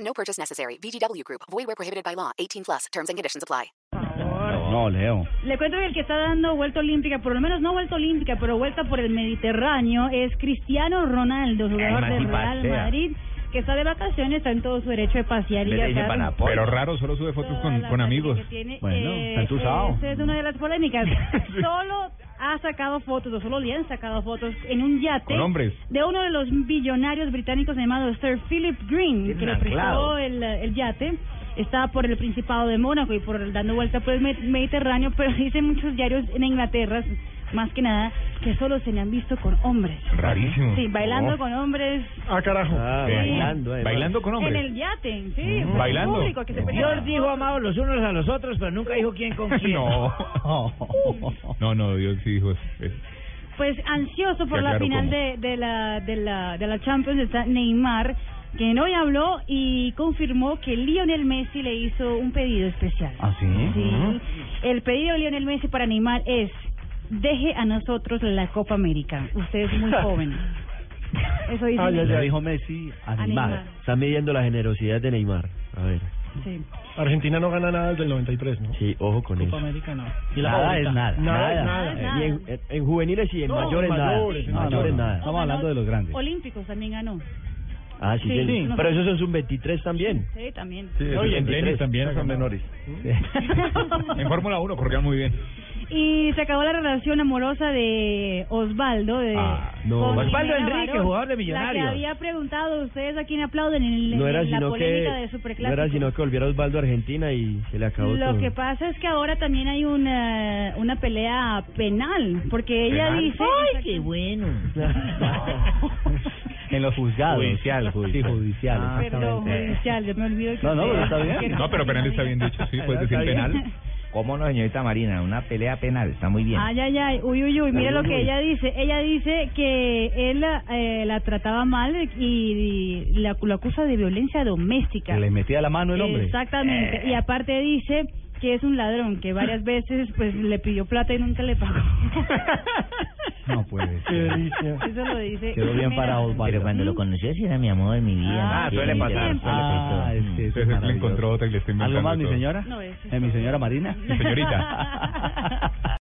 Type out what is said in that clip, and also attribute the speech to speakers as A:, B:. A: No purchase necessary. VGW Group. Void where prohibited by law. 18 plus. Terms and conditions apply.
B: No, Leo.
C: Le cuento que el que está dando vuelta olímpica, por lo menos no vuelta olímpica, pero vuelta por el Mediterráneo, es Cristiano Ronaldo, jugador del Real
B: Eh, pasea.
C: Madrid, que está de vacaciones, está en todo su derecho de pasear y
B: Le dicen
C: viajar.
B: panapó.
D: Pero raro, solo sube fotos
C: Toda
D: con,
C: la
D: con
C: familia
D: amigos.
C: que tiene,
B: Bueno,
C: eh,
B: está entusado.
C: Esa es una de las polémicas. Solo ha sacado fotos, o solo le han sacado fotos, en un yate
D: Con hombres.
C: de uno de los billonarios británicos llamado Sir Philip Green,
B: Tienen
C: que le
B: anclado.
C: prestó el, el yate. Está por el Principado de Mónaco y por el- dando vuelta por el Med- Mediterráneo, pero dicen muchos diarios en Inglaterra, más que nada, que solo se le han visto con hombres.
D: Rarísimo.
C: Sí, bailando
D: Oh.
C: con hombres,
D: Ah, carajo.
B: Ah,
D: Sí.
B: bailando, además.
D: Bailando con hombres. Mm.
C: en el yate, sí, en el
D: Bailando. Oh.
C: público, que se pegan
E: Dios
C: las
E: dijo
C: fotos.
E: amados los unos a los otros, pero nunca dijo quién con quién.
D: no. No, no, Dios sí dijo. eso. Eh,
C: pues ansioso por la
D: Ya, claro,
C: final
D: ¿cómo?
C: de, de la de la de la Champions está Neymar quien hoy habló y confirmó que Lionel Messi le hizo un pedido especial.
B: ¿Ah, sí?
C: Sí. El pedido de Lionel Messi para Neymar es deje a nosotros la Copa América. Usted es muy joven. Eso dice.
B: Le
C: Neymar.
B: dijo Messi a
C: A
B: Neymar.
C: Neymar.
B: Está midiendo la generosidad de Neymar. A ver.
C: Sí.
F: Argentina no gana nada desde el 93, ¿no?
B: Sí, ojo con eso.
F: América no.
B: nada es
F: Nada
B: nada.
F: es
C: nada. Nada es
B: Y en, en- en juveniles y en
F: No,
B: mayores,
F: mayores,
B: nada. En
F: no,
B: mayores
F: no, no.
B: nada.
C: O ganó
F: hablando de los grandes.
C: Olímpicos también ganó.
B: Ah, sí,
C: Sí,
B: sí.
C: sí.
B: Pero esos son sub 23 también.
C: Sí, también.
D: No, y en tenis también.
B: son menores.
D: En Fórmula 1 corrían muy bien.
C: Y se acabó la relación amorosa de Osvaldo. De,
D: Ah,
B: no.
C: con
B: Osvaldo
C: Jimena
E: Enrique,
C: Barón,
E: jugador de
C: La
E: Millonarios.
C: que había preguntado ustedes a quién aplauden en, el-
B: No
C: en
B: era
C: la
B: sino que
C: polémica de Superclásico.
B: no era sino que volviera Osvaldo a Argentina y se le acabó
C: Lo
B: todo.
C: que pasa es que ahora también hay una, una pelea penal, porque ella
D: ¿Penal?
C: dice...
E: Ay, qué bueno.
B: en los juzgados.
D: Judicial, judicial.
B: Sí, judicial.
E: Ah,
C: Perdón,
B: exactamente.
C: judicial, yo me olvido que...
B: No, no, pero está bien.
D: No, pero penal está bien dicho, sí, puedes decir
B: Está bien.
D: penal.
G: ¿Cómo no, señorita Marina? Una pelea penal, está muy bien.
C: Ay, ay, ay, uy, uy, uy, mira lo que ella dice. Ella dice que él eh, la trataba mal y, y la, lo acusa de violencia doméstica.
B: le metía la mano el hombre.
C: Exactamente. Y aparte dice que es un ladrón, que varias veces pues le pidió plata y nunca le pagó.
B: No puede
F: Qué delicia.
C: Eso lo dice.
B: Quedó bien
C: Jimena.
B: para Osvaldo. Mm.
G: Pero cuando lo conoció, sí era mi amor, mi vida.
C: Ah,
G: Sí,
C: suele
G: sí,
C: pasar,
G: sí,
C: suele
G: sí,
B: Ah,
G: sí, sí.
B: es que eso
D: Entonces
B: es
D: le
B: maravilloso.
D: encontró otra y le está inventando
C: Eh,
B: ¿Algo más, mi
D: todo.
B: señora?
C: No, eso es
B: Eh, mi
C: todo.
B: señora Marina.
D: Mi señorita.